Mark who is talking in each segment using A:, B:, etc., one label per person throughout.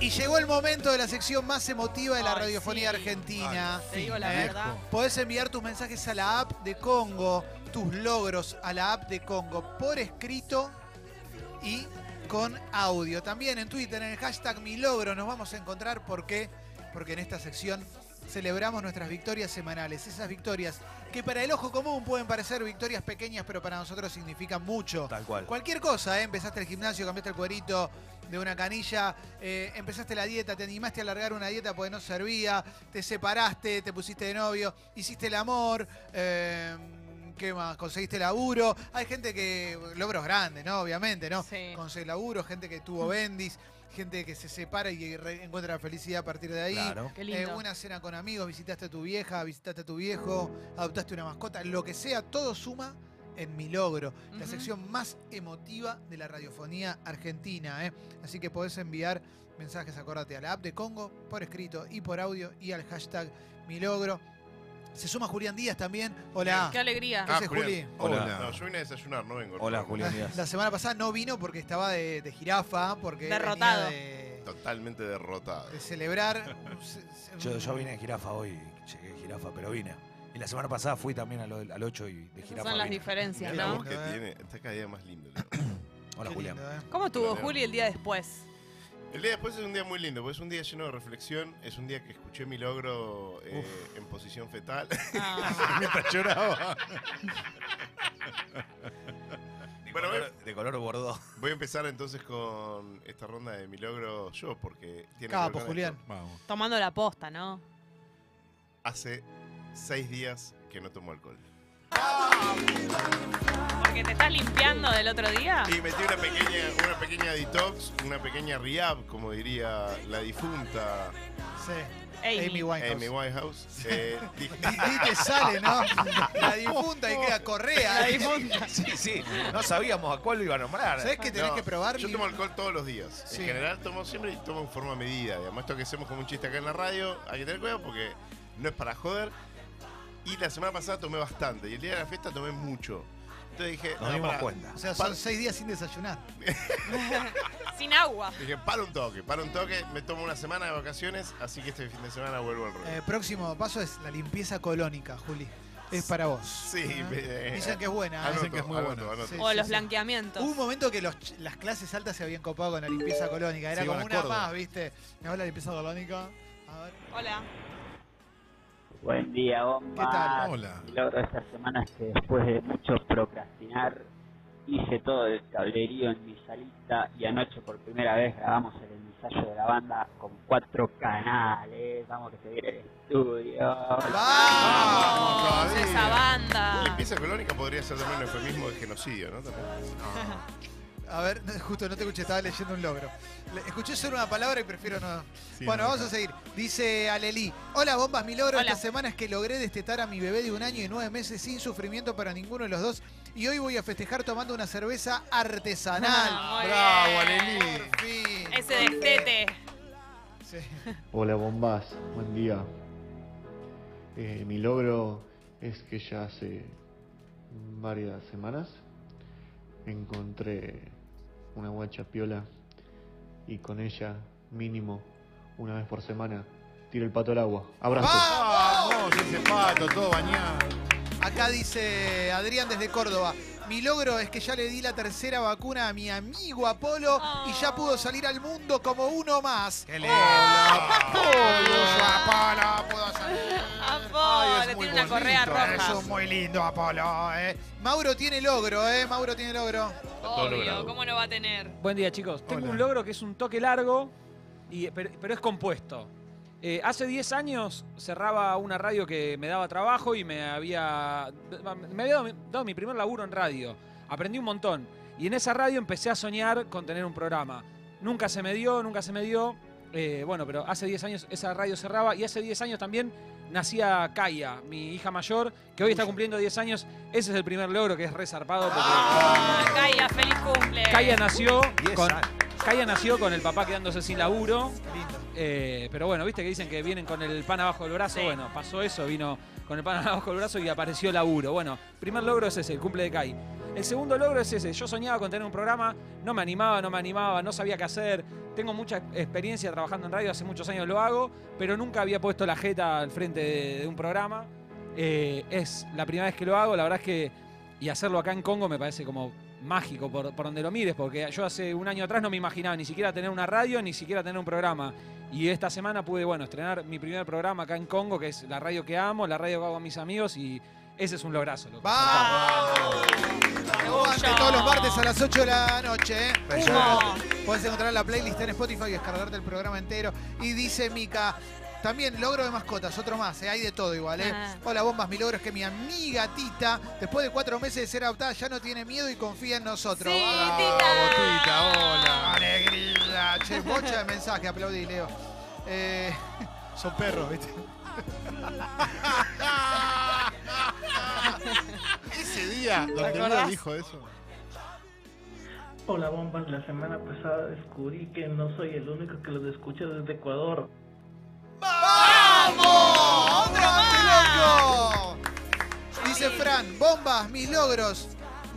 A: Y llegó el momento de la sección más emotiva de la
B: Ay,
A: radiofonía
B: sí.
A: argentina.
B: Te digo la
A: ¿Eh?
B: verdad.
A: Podés enviar tus mensajes a la app de Congo, tus logros a la app de Congo por escrito y con audio. También en Twitter, en el hashtag Mi Logro, nos vamos a encontrar. ¿Por qué? Porque en esta sección celebramos nuestras victorias semanales. Esas victorias que para el ojo común pueden parecer victorias pequeñas, pero para nosotros significan mucho.
C: Tal cual.
A: Cualquier cosa, ¿eh? empezaste el gimnasio, cambiaste el cuerito de una canilla, eh, empezaste la dieta, te animaste a largar una dieta porque no servía, te separaste, te pusiste de novio, hiciste el amor, eh, ¿qué más? Conseguiste laburo. Hay gente que, logros grandes, ¿no? Obviamente, ¿no?
B: Sí. Mm.
A: Conseguir laburo, gente que tuvo bendis, gente que se separa y re- encuentra la felicidad a partir de ahí.
C: Claro.
B: Qué lindo.
A: Eh, una cena con amigos, visitaste a tu vieja, visitaste a tu viejo, adoptaste una mascota, lo que sea, todo suma en mi logro. La
B: Ujú.
A: sección más emotiva de la radiofonía argentina. ¿eh? Así que podés enviar mensajes, acordate, a la app de Congo, por escrito y por audio, y al hashtag mi logro. Se suma Julián Díaz también. Hola.
B: Qué alegría.
A: Ah. haces, Juli?
D: Hola.
C: Hola.
D: No, yo vine a desayunar, no vengo.
C: Hola,
D: No,
C: Julián Díaz.
A: La semana pasada no vino porque estaba de, de jirafa, porque venía
B: Derrotado.
A: de,
D: Totalmente derrotado.
A: de celebrar. se- se-
C: Yo, yo vine de jirafa hoy, llegué de jirafa, pero vine. Y la semana pasada fui también al, al 8 y de
B: Esas
C: jirafa.
B: son las
C: vine.
B: diferencias,
D: Mirá la
B: ¿no?
D: voz que
A: ¿no?
D: tiene, está cada día más lindo.
C: Hola,
A: Qué
C: Julián.
A: lindo, ¿eh?
B: ¿Cómo estuvo
D: Claro.
B: Juli el día después?
D: El día después es un día muy lindo, porque es un día lleno de reflexión, es un día que escuché mi logro eh, en posición fetal.
B: Ah,
D: Mientras lloraba.
C: De,
D: Bueno,
C: color,
E: eh.
C: de color bordó.
D: Voy a empezar entonces con esta ronda de mi logro yo, porque tiene que ver
A: Capo,
D: con
A: Julián.
D: esto.
C: Vamos.
B: tomando la posta, ¿no?
D: Hace seis días que no tomo alcohol.
B: Porque te estás limpiando del otro día.
D: Y metí una pequeña, una pequeña detox, una pequeña rehab, como diría la difunta
A: Sí.
B: Amy.
A: Amy Winehouse.
D: Amy Winehouse. Eh, dije-
A: Y, y te sale, ¿no? La difunta y queda correa. ¿eh?
B: La difunta.
C: Sí, sí. No sabíamos a cuál lo iba a nombrar.
A: ¿Sabes que tenés
D: No,
A: que probar?
D: Yo
A: mi-
D: tomo alcohol todos los días.
A: Sí.
D: En general tomo siempre y tomo en forma medida. Y Además, esto que hacemos como un chiste acá en la radio, hay que tener cuidado porque no es para joder. Y la semana pasada tomé bastante. Y el día de la fiesta tomé mucho. Entonces dije,
C: Nos
D: "No,
C: dimos
D: pará".
C: cuenta.
A: O sea, son
D: Par-
A: seis días sin desayunar.
B: Sin agua.
D: Dije, para un toque, para un toque. Me tomo una semana de vacaciones, así que este fin de semana vuelvo al rollo.
A: Eh, próximo paso es la limpieza colónica, Juli. Es para vos.
D: Sí,
A: Ah.
D: me-
A: Dicen que es buena. ¿eh?
D: Anoto,
E: que es muy
D: anoto,
E: bueno.
D: anoto.
A: Sí. Uh.
B: O los blanqueamientos.
A: Hubo un momento que los ch- las clases altas se habían copado con la limpieza colónica. Era
E: Sí,
A: como
E: van a
A: una
E: Córdoba.
A: más, ¿viste? Me va la limpieza colónica. A ver.
B: Hola.
F: Buen día, bomba.
A: ¿Qué tal?
E: Hola.
F: Mi logro esta semana es que después de mucho procrastinar, hice todo el tablerío en mi salita y anoche por primera vez grabamos el ensayo de la banda con cuatro canales. Vamos que se viene el estudio.
A: ¡Vamos!
B: Vamos,
D: todavía.
B: esa
A: Uh,
B: banda.
D: Limpieza colónica podría ser también un eufemismo de genocidio, ¿no? También.
A: A ver, no, justo no te escuché, estaba leyendo un logro. Le- Escuché solo una palabra y prefiero no.
E: Sí,
A: bueno,
E: no,
A: vamos
E: no.
A: a seguir. Dice Alelí. Hola, bombas, mi logro
B: Hola.
A: esta semana es que logré destetar a mi bebé de un año y nueve meses sin sufrimiento para ninguno de los dos. Y hoy voy a festejar tomando una cerveza artesanal.
B: Ah, Muy
E: Bravo,
B: bien.
E: Aleli.
A: Por fin.
B: Ese destete.
A: Sí.
G: Hola bombas, buen día. Eh, mi logro es que ya hace varias semanas encontré una guacha piola y con ella mínimo una vez por semana tiro el pato al agua. Abrazo.
E: Ah,
A: Ah,
E: Vamos, ese pato, todo bañado.
A: Acá dice Adrián desde Córdoba. Mi logro es que ya le di la tercera vacuna a mi amigo Apolo y
B: Ah.
A: ya pudo salir al mundo como uno más.
C: ¡Qué lindo!
B: Apolo, tiene una correa roja.
A: eh, Eso es muy lindo, Apolo. eh. Mauro tiene logro, ¿eh? Mauro tiene logro.
D: todo
B: Obvio,
D: logrado.
B: ¿cómo no va a tener?
H: Buen día, chicos. Tengo
E: Hola.
H: un logro que es un toque largo, y, pero, pero es compuesto. Eh, hace 10 años cerraba una radio que me daba trabajo y me había, me había dado, mi- dado mi primer laburo en radio. Aprendí un montón. Y en esa radio empecé a soñar con tener un programa. Nunca se me dio, nunca se me dio. Eh, bueno, pero hace 10 años esa radio cerraba y hace 10 años también nacía Kaya, mi hija mayor, que hoy está cumpliendo 10 años. Ese es el primer logro que es resarpado. Porque
B: Ah, Kaya, feliz cumple.
H: Kaya nació
C: Diez
H: con,
C: años.
H: Kaya nació con el papá quedándose sin laburo.
A: Lindo.
H: eh, pero bueno, viste que dicen que vienen con el pan abajo del brazo.
B: Sí.
H: Bueno, pasó eso, vino con el pan abajo del brazo y apareció laburo. Bueno, primer logro es ese, el cumple de Kai. El segundo logro es ese. Yo soñaba con tener un programa, no me animaba, no me animaba, no sabía qué hacer. Tengo mucha ex- experiencia trabajando en radio, hace muchos años lo hago, pero nunca había puesto la jeta al frente de, de un programa. Eh, es la primera vez que lo hago, la verdad es que. Y hacerlo acá en Congo me parece como mágico por, por donde lo mires, porque yo hace un año atrás no me imaginaba ni siquiera tener una radio, ni siquiera tener un programa. Y esta semana pude, bueno, estrenar mi primer programa acá en Congo, que es la radio que amo, la radio que hago a mis amigos, y ese es un lograzo. loco.
A: ¡Vamos! Aguante todos los martes a las 8 de la noche. ¿eh?
B: Humo.
A: Puedes encontrar la playlist en Spotify y descargarte el programa entero. Y dice Mica, también logro de mascotas, otro más, ¿eh? hay de todo igual. ¿eh?
B: Ah.
A: Hola, bombas, mi logro es que mi amiga Tita, después de cuatro meses de ser adoptada, ya no tiene miedo y confía en nosotros.
B: Sí,
A: ¡Vamos!
B: Tita.
E: hola.
A: Alegría, che, bocha de mensaje, aplaudí, Leo. Eh, son perros, ¿viste?
E: Ese día donde Leo
B: acordás?
E: dijo eso.
I: Hola bombas, la semana pasada descubrí que no soy el único que los escucha desde Ecuador.
A: ¡Vamos!
B: ¡Otro
A: loco! Dice
B: Sí.
A: Fran, bombas, mis logros.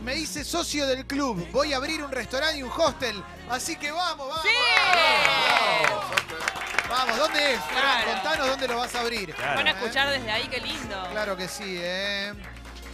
A: Me hice socio del club. Voy a abrir un restaurante y un hostel. Así que vamos, vamos.
B: ¡Sí!
A: Vamos, ¿dónde es? Fran,
B: Claro.
A: contanos dónde lo vas a abrir.
C: Claro.
B: Van a
A: ¿Eh?
B: escuchar desde ahí, qué lindo.
A: Claro que sí, ¿eh?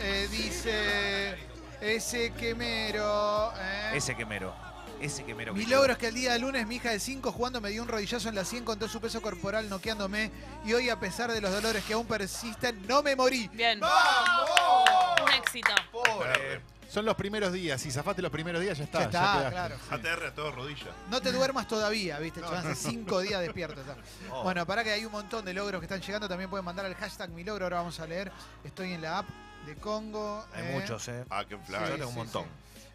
A: Eh, dice ese quemero. ¿eh?
C: Ese quemero. Ese quemero. que
A: Mi
C: yo-
A: logro es que el día de lunes mi hija de 5 jugando me dio un rodillazo en la 100 con todo su peso corporal noqueándome y hoy a pesar de los dolores que aún persisten no me morí.
B: Bien. Un éxito.
D: Pobre.
E: Son los primeros días. Si zafaste los primeros días, ya
C: Ah,
E: está.
A: Ya
E: quedaste.
A: está, claro.
D: ATR a todos rodillas.
A: No te duermas todavía, viste, chabón, hace 5 días despierto. está.
C: Oh.
A: Bueno, para que hay un montón de logros que están llegando, también pueden mandar al hashtag mi logro, ahora vamos a leer. Estoy en la app de Congo.
C: Hay
A: eh.
C: muchos, ¿eh?
D: Ah, qué
A: Sí,
C: Yo
D: fly.
C: tengo
A: sí,
C: un montón.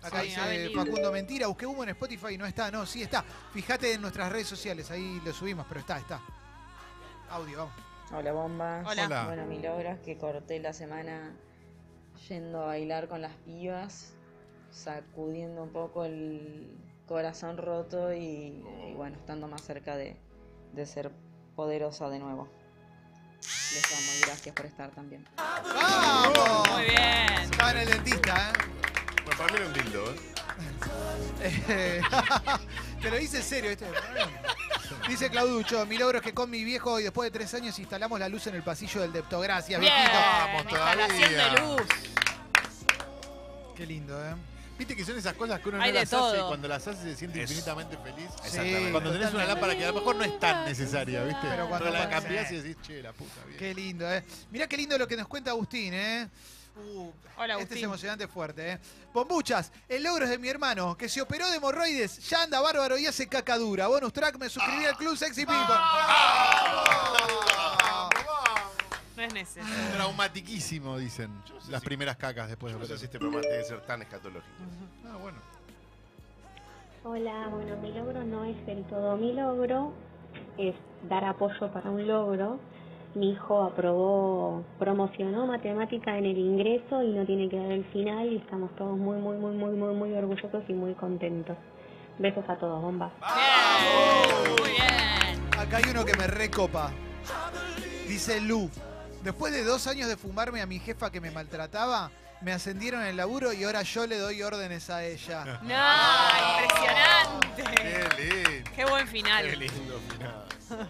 A: Acá
B: Sí, ha
A: dice
B: venido.
A: Facundo Mentira, busqué humo en Spotify y no está, no, sí está. Fíjate en nuestras redes sociales, ahí lo subimos, pero está, está. Audio, vamos.
J: Hola bombas.
B: Hola.
E: Hola.
J: Bueno, mi logro es que corté la semana yendo a bailar con las pibas, sacudiendo un poco el corazón roto y, y bueno, estando más cerca de, de ser poderosa de nuevo. Les amo y gracias por estar también.
A: ¡Vamos!
B: Muy bien.
A: Estaba en el dentista, ¿eh?
D: Bueno, para mí era un dildo, ¿eh?
A: Eh, Te lo dice en serio, ¿viste? Dice Clauducho, mi logro es que con mi viejo y después de tres años instalamos la luz en el pasillo del Depto. Gracias,
B: Bien.
A: viejito.
E: Vamos todavía.
B: Instalación de luz.
A: Qué lindo, ¿eh?
E: Viste que son esas cosas que uno
B: Hay
E: no
B: de
E: las hace y
B: todo.
E: cuando las hace se siente
C: Es-
E: infinitamente feliz.
C: Exactamente.
E: Cuando tenés una lámpara que a lo mejor no es tan necesaria, ¿viste?
A: Pero
E: Pero
A: cuando
E: cuando la
A: pasa-
E: cambiás y decís, che, la puta, bien.
A: Qué lindo, ¿eh? Mirá qué lindo lo que nos cuenta Agustín, ¿eh? Uh,
B: Hola,
A: Este es
B: Agustín.
A: emocionante fuerte, ¿eh? Bombuchas, el logro es de mi hermano, que se operó de hemorroides, ya anda bárbaro y hace cacadura. Bonus track, me suscribí al club Sexy People.
B: No es necesario.
E: Traumatiquísimo, dicen.
D: Yo no sé
E: Las
D: si-
E: primeras cacas después
D: Yo
E: de
D: no sé
E: operar.
D: si este programa tiene que ser tan escatológico.
E: Ah, bueno.
K: Hola, bueno, mi logro no es del todo mi logro, es dar apoyo para un logro. Mi hijo aprobó, promocionó matemática en el ingreso y no tiene que dar el final y estamos todos muy, muy, muy, muy, muy, muy orgullosos y muy contentos. Besos a todos, bomba.
B: Bien. Muy bien.
A: Acá hay uno que me recopa. Dice Lu. Después de dos años de fumarme a mi jefa que me maltrataba, me ascendieron en el laburo y ahora yo le doy órdenes a ella.
B: No, impresionante.
E: Qué lindo.
B: Qué buen
E: Qué
B: final.
E: lindo final.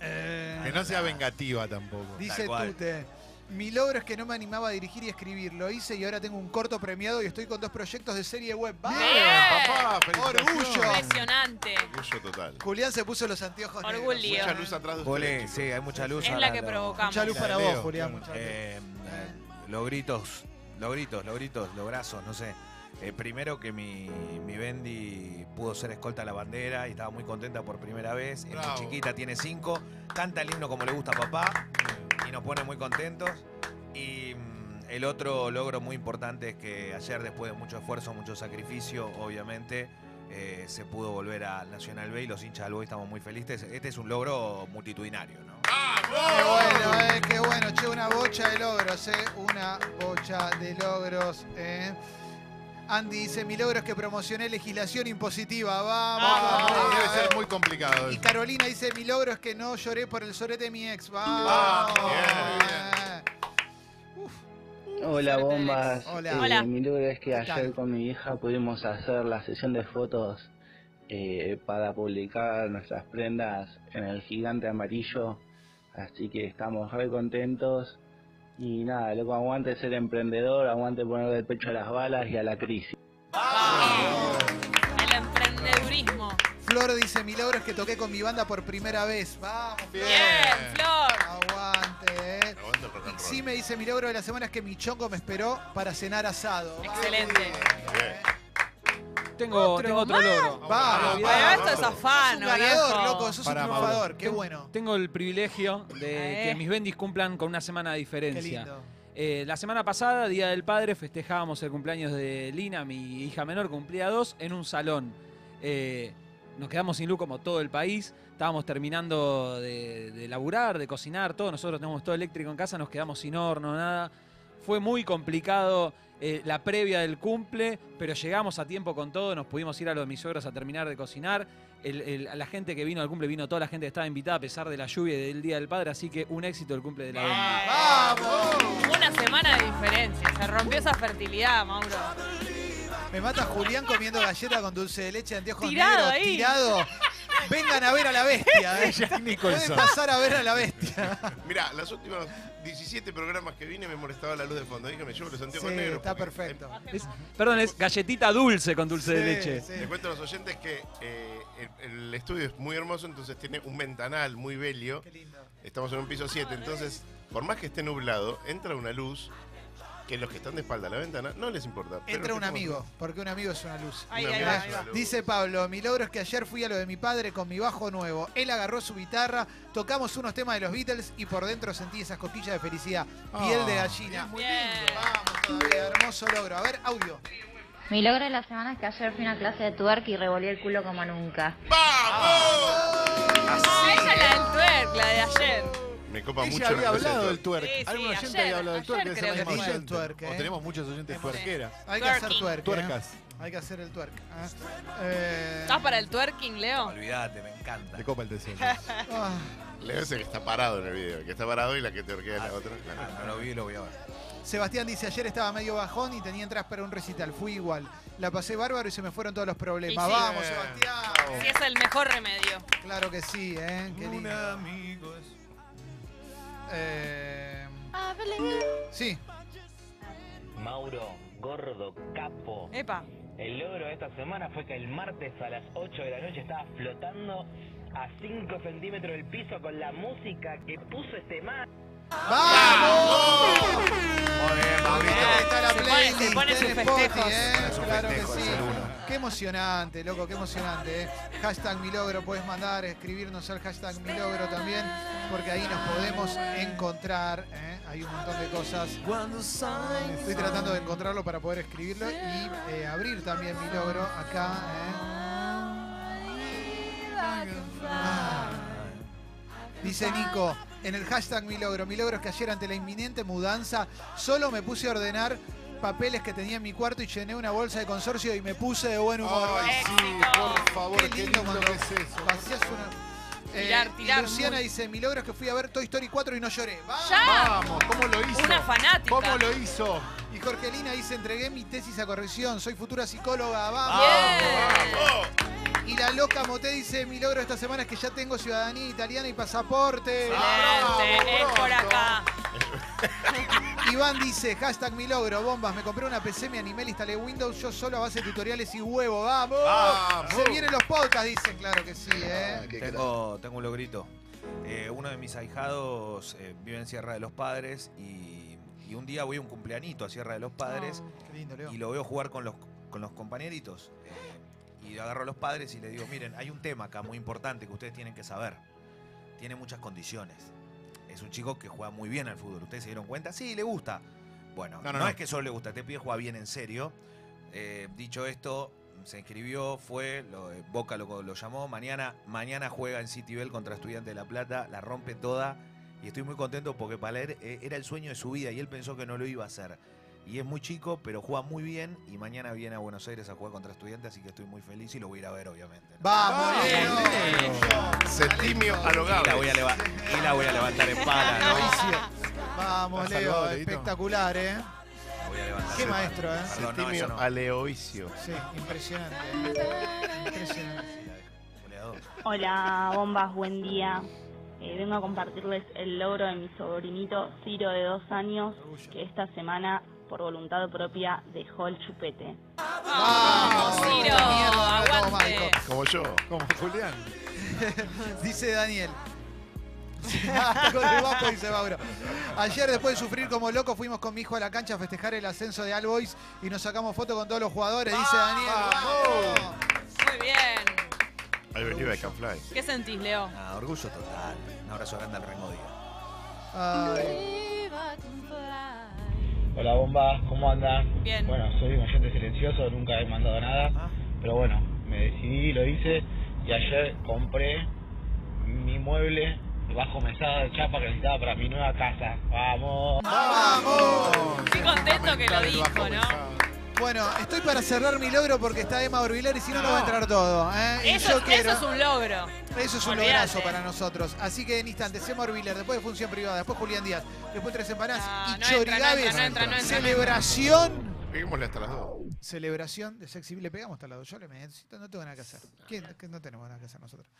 E: Eh. Que no sea vengativa tampoco.
A: Eh, Dice
C: cual.
A: Tute. Mi logro es que no me animaba a dirigir y escribir. Lo hice y ahora tengo un corto premiado y estoy con dos proyectos de serie web. ¡Vamos!
E: Papá, felicitaciones.
A: Orgullo.
B: Impresionante.
D: Orgullo total.
A: Julián se puso los anteojos. negros.
B: Orgullo.
D: Mucha luz atrás de
C: Jole,
D: ustedes.
C: sí, hay mucha luz.
B: Es
C: ahora
B: la que
C: lo-
B: provocamos.
A: Mucha luz
E: La de
A: para vos,
E: Leo,
A: Julián.
E: claro.
A: mucha luz.
C: Eh, eh, logritos, logritos, logritos, lograzos, no sé. Eh, primero que mi, mi Bendy pudo ser escolta a la bandera y estaba muy contenta por primera vez. Es muy
E: Bravo.
C: chiquita, tiene cinco. Canta el himno como le gusta a papá y nos pone muy contentos. Y mm, el otro logro muy importante es que ayer, después de mucho esfuerzo, mucho sacrificio, obviamente, eh, se pudo volver al Nacional B y los hinchas del Boy estamos muy felices. Este es un logro multitudinario, ¿no?
A: Qué bueno, eh, qué bueno, che, una bocha de logros, eh, una bocha de logros, eh. Andy dice, mi logro es que promocioné legislación impositiva, vamos.
E: Ah,
A: vamos,
E: Debe
A: eh.
E: ser muy complicado.
A: Y
E: eso.
A: Carolina dice, mi logro es que no lloré por el sorete de mi ex, vamos.
E: Vamos, Ah, bien,
A: eh.
F: Hola bombas.
A: Hola.
F: Eh,
B: Hola.
F: Mi logro es que
A: ¿Qué tal?
F: ayer con mi hija pudimos hacer la sesión de fotos
L: eh, para publicar nuestras prendas en el gigante amarillo. Así que estamos re contentos. Y nada, loco, aguante ser emprendedor, aguante poner el pecho a las balas y a la crisis.
B: Al emprendedurismo.
A: Flor dice, milagros que toqué con mi banda por primera vez. Vamos, Flor.
B: Bien, Flor.
A: Aguante, eh.
D: Aguante el rock and roll.
A: Sí me dice milagro de la semana es que mi chongo me esperó para cenar asado. Vamos.
B: Excelente.
D: Bien.
H: Tengo otro, tengo otro
B: más.
H: logro.
A: Vamos,
B: Pero esto es afano,
A: Sos un ganador,
B: viejo.
A: loco, sos
E: Pará,
A: un
E: Mauro.
A: triunfador, qué
H: Ten-
A: bueno.
H: Tengo el privilegio de
B: Eh.
H: que mis bendis cumplan con una semana de
A: Qué
H: diferencia.
A: lindo.
H: Eh, la semana pasada, Día del Padre, festejábamos el cumpleaños de Lina, mi hija menor, cumplía dos, en un salón. Eh, nos quedamos sin luz como todo el país. Estábamos terminando de, de laburar, de cocinar, todo. Nosotros tenemos todo eléctrico en casa, nos quedamos sin horno, nada. Fue muy complicado eh, la previa del cumple, pero llegamos a tiempo con todo. Nos pudimos ir a los de mis suegros a terminar de cocinar. El- el- a la gente que vino al cumple vino toda la gente que estaba invitada a pesar de la lluvia y del Día del Padre. Así que un éxito el cumple de la Bendy.
B: ¡Vamos! Una semana de diferencia. Se rompió esa fertilidad, Mauro.
A: Me mata Julián comiendo galleta con dulce de leche de anteojos
B: Tirado
A: negros,
B: ahí.
A: tirado. Vengan a ver a la bestia, eh.
E: Jack
A: Pueden
E: Nicholson.
A: pasar a ver a la bestia.
D: Mirá, los últimos 17 programas que vine me molestaba la luz de fondo. Dije, me llevo los anteojos
A: Sí,
D: negros.
A: está
D: porque-
A: perfecto.
H: Es- perdón, es galletita dulce con dulce de
A: Sí,
H: leche.
A: sí.
D: Te cuento a los oyentes que eh, el, el estudio es muy hermoso, entonces tiene un ventanal muy bello.
A: Qué lindo.
D: Estamos en un piso 7, entonces, por más que esté nublado, entra una luz que los que están de espalda a la ventana no les importa. pero
A: Entra
D: los
A: un
D: que estamos-
A: amigo, porque un amigo es una luz.
B: Ahí,
D: Un
B: ahí
D: amigo
B: va,
D: es
B: ahí
D: una
B: va.
D: luz.
A: Dice Pablo, mi logro es que ayer fui a lo de mi padre con mi bajo nuevo. Él agarró su guitarra, tocamos unos temas de los Beatles y por dentro sentí esas cosquillas de felicidad. Piel de gallina.
B: muy Bien. lindo.
A: Vamos todavía, hermoso logro. A ver, audio.
M: Mi logro de la semana es que ayer fui a una clase de twerk y revolví el culo como nunca.
B: Ella es la del twerk, la de ayer.
D: Me copa mucho.
E: Ella
D: la
E: había
D: clase de
E: hablado del
D: twerk.
E: twerk.
B: Sí, sí,
E: Algún oyente
B: ayer,
E: había hablado del
B: ayer
E: twerk. debe ser
B: creo
E: la
B: que
E: misma
A: fue.
E: oyente.
A: El twerk, eh.
E: O tenemos muchos oyentes
B: Hemos-
E: tuerqueras.
A: Hay que
B: Twerking.
A: hacer twerk. eh.
E: Tuercas.
A: Hay que hacer el twerk. ¿eh? Eh,
B: ¿Estás para el twerking, Leo?
C: Olvídate, me encanta.
E: De copa el deseo.
A: ah,
D: Leo es el que está parado en el video, el que está parado y la que te orquea es la otra.
C: Ah, No lo vi, lo voy a ver.
A: Sebastián dice, ayer estaba medio bajón y tenía entradas para un recital. Fui igual. La pasé bárbaro y se me fueron todos los problemas.
B: Y sí.
A: Vamos, Sebastián.
B: Sí, es el mejor remedio.
A: Claro que sí, ¿eh? Qué
C: Un
A: lindo.
C: amigo es-
A: Eh, sí.
L: Mauro, gordo, capo.
B: Epa.
L: El logro de esta semana fue que el martes a las 8 de la noche estaba flotando a 5 centímetros del piso con la música que puso este man.
A: ¡Vamos!
C: Muy bien, Maurito.
A: Ahí está la
B: Se pone- se
A: playlist
B: pone
A: en
B: sus
A: Spotify,
B: festejos.
A: ¿eh?
C: Pone sus
A: Claro que
C: festejos,
A: sí.
C: es uno.
A: Qué emocionante, loco, qué emocionante. ¿eh? Hashtag Milogro puedes mandar, escribirnos al hashtag Milogro también, porque ahí nos podemos encontrar. ¿eh? Hay un montón de cosas. Estoy tratando de encontrarlo para poder escribirlo y eh, abrir también Milogro acá. ¿eh? Ah. Dice Nico, en el hashtag mi logro, mi logro es que ayer ante la inminente mudanza solo me puse a ordenar papeles que tenía en mi cuarto y llené una bolsa de consorcio y me puse de buen humor.
E: Ay, sí, por favor,
A: Qué lindo cuando
E: que es eso.
A: Vacías una... Eh,
B: Tirar,
A: y
B: tirar,
A: Luciana
B: muy-
A: dice, mi logro es que fui a ver Toy Story 4 y no lloré. ¡Vamos!
B: ¡Ya!
E: Vamos, ¿cómo lo hizo?
B: Una fanática.
E: ¿Cómo lo hizo?
A: Y Jorgelina dice, entregué mi tesis a corrección, soy futura psicóloga, vamos.
B: Bien.
A: Y la loca Moté dice, mi logro esta semana es que ya tengo ciudadanía italiana y pasaporte.
B: Excelente. Es por acá.
A: Iván dice, hashtag mi logro, bombas, me compré una PC, me animé, le instalé Windows, yo solo a base de tutoriales y huevo, vamos.
E: Vamos.
A: Se vienen los podcasts, dicen, claro que sí, ¿eh?
C: Tengo, tengo un logrito. Eh, uno de mis ahijados eh, vive en Sierra de los Padres y, y un día voy a un cumpleanito a Sierra de los Padres
A: Qué lindo, Leo.
C: y lo veo jugar con los, con los compañeritos. eh, y agarro a los padres y les digo, miren, hay un tema acá muy importante que ustedes tienen que saber. Tiene muchas condiciones. Es un chico que juega muy bien al fútbol. ¿Ustedes se dieron cuenta? Sí, le gusta. Bueno,
E: No,
C: no,
E: no, no.
C: es que solo le gusta, este pibe juega bien en serio. Eh, dicho esto, se inscribió, fue, lo- eh, Boca lo, lo llamó. Mañana, mañana juega en Citibel contra Estudiante de La Plata, la rompe toda. Y estoy muy contento porque para él eh, era el sueño de su vida y él pensó que no lo iba a hacer. Y es muy chico, pero juega muy bien. Y mañana viene a Buenos Aires a jugar contra Estudiantes, así que estoy muy feliz y lo voy a ir a ver, obviamente. ¿no?
A: Vamos, Leo.
D: Septimio
C: Y la
D: Alogado.
C: voy a, leva- y la voy a levantar en pala, ¿no?
A: Vamos,
E: La salvó,
A: Leo,
E: Leito.
A: espectacular, ¿eh?
C: voy a levantar.
A: Qué maestro, ¿eh?
C: Perdón, no, eso no.
D: Aleovicio.
A: Sí, impresionante. Impresionante.
F: Hola, bombas, buen día. Eh, vengo a compartirles el logro de mi sobrinito Ciro de dos años, que esta semana, por voluntad propia, dejó el chupete.
A: ¡Vamos, Ciro! ¡Aguante!
D: Como yo.
N: Como Julián.
A: Dice Daniel. Con el guapo, dice Mauro. Ayer, después de sufrir como loco, fuimos con mi hijo a la cancha a festejar el ascenso de All Boys y nos sacamos foto con todos los jugadores, dice Daniel. ¡Vamos!
B: Muy bien.
D: I believe I can fly.
B: ¿Qué sentís, Leo?
C: Ah, orgullo total. Un abrazo grande al Rengodio.
L: Hola bombas, ¿cómo andan?
B: Bien.
L: Bueno, soy un oyente silencioso, nunca he mandado nada, pero bueno, me decidí, lo hice y ayer compré mi mueble bajo mesada de chapa que necesitaba para mi nueva casa. ¡Vamos!
A: ¡Vamos!
B: Qué contento que lo dijo, ¿no?
A: Bueno, estoy para cerrar mi logro porque está Emma Orbiler y si no, no va a entrar todo. ¿eh? Y
B: Eso,
A: yo
B: eso
A: quiero-
B: es un logro.
A: Eso es un
B: Olvídate.
A: lograzo para nosotros. Así que en instantes, Emma Orbiler, después de Función Privada, después Julián Díaz, después Tres Empanadas y
B: no
A: Chorigaves.
B: entra, no entra, no entra, no entra.
A: celebración.
D: Peguémosle hasta las dos.
A: Celebración de Sexy Bill. Le pegamos hasta al lado. Yo le necesito, no tengo nada que hacer. ¿Quién? Que No tenemos nada que hacer nosotros.